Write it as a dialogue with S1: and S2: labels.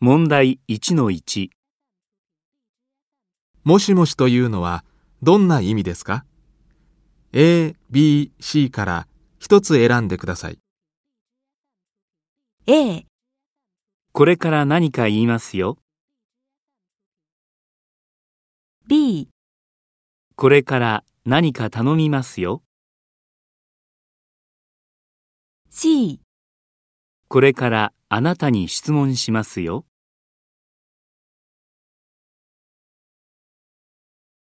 S1: 問題1-1
S2: もしもしというのはどんな意味ですか ?A、B、C から一つ選んでください。
S3: A、
S1: これから何か言いますよ
S3: B、
S1: これから何か頼みますよ
S3: C。
S1: これからあなたに質問しますよ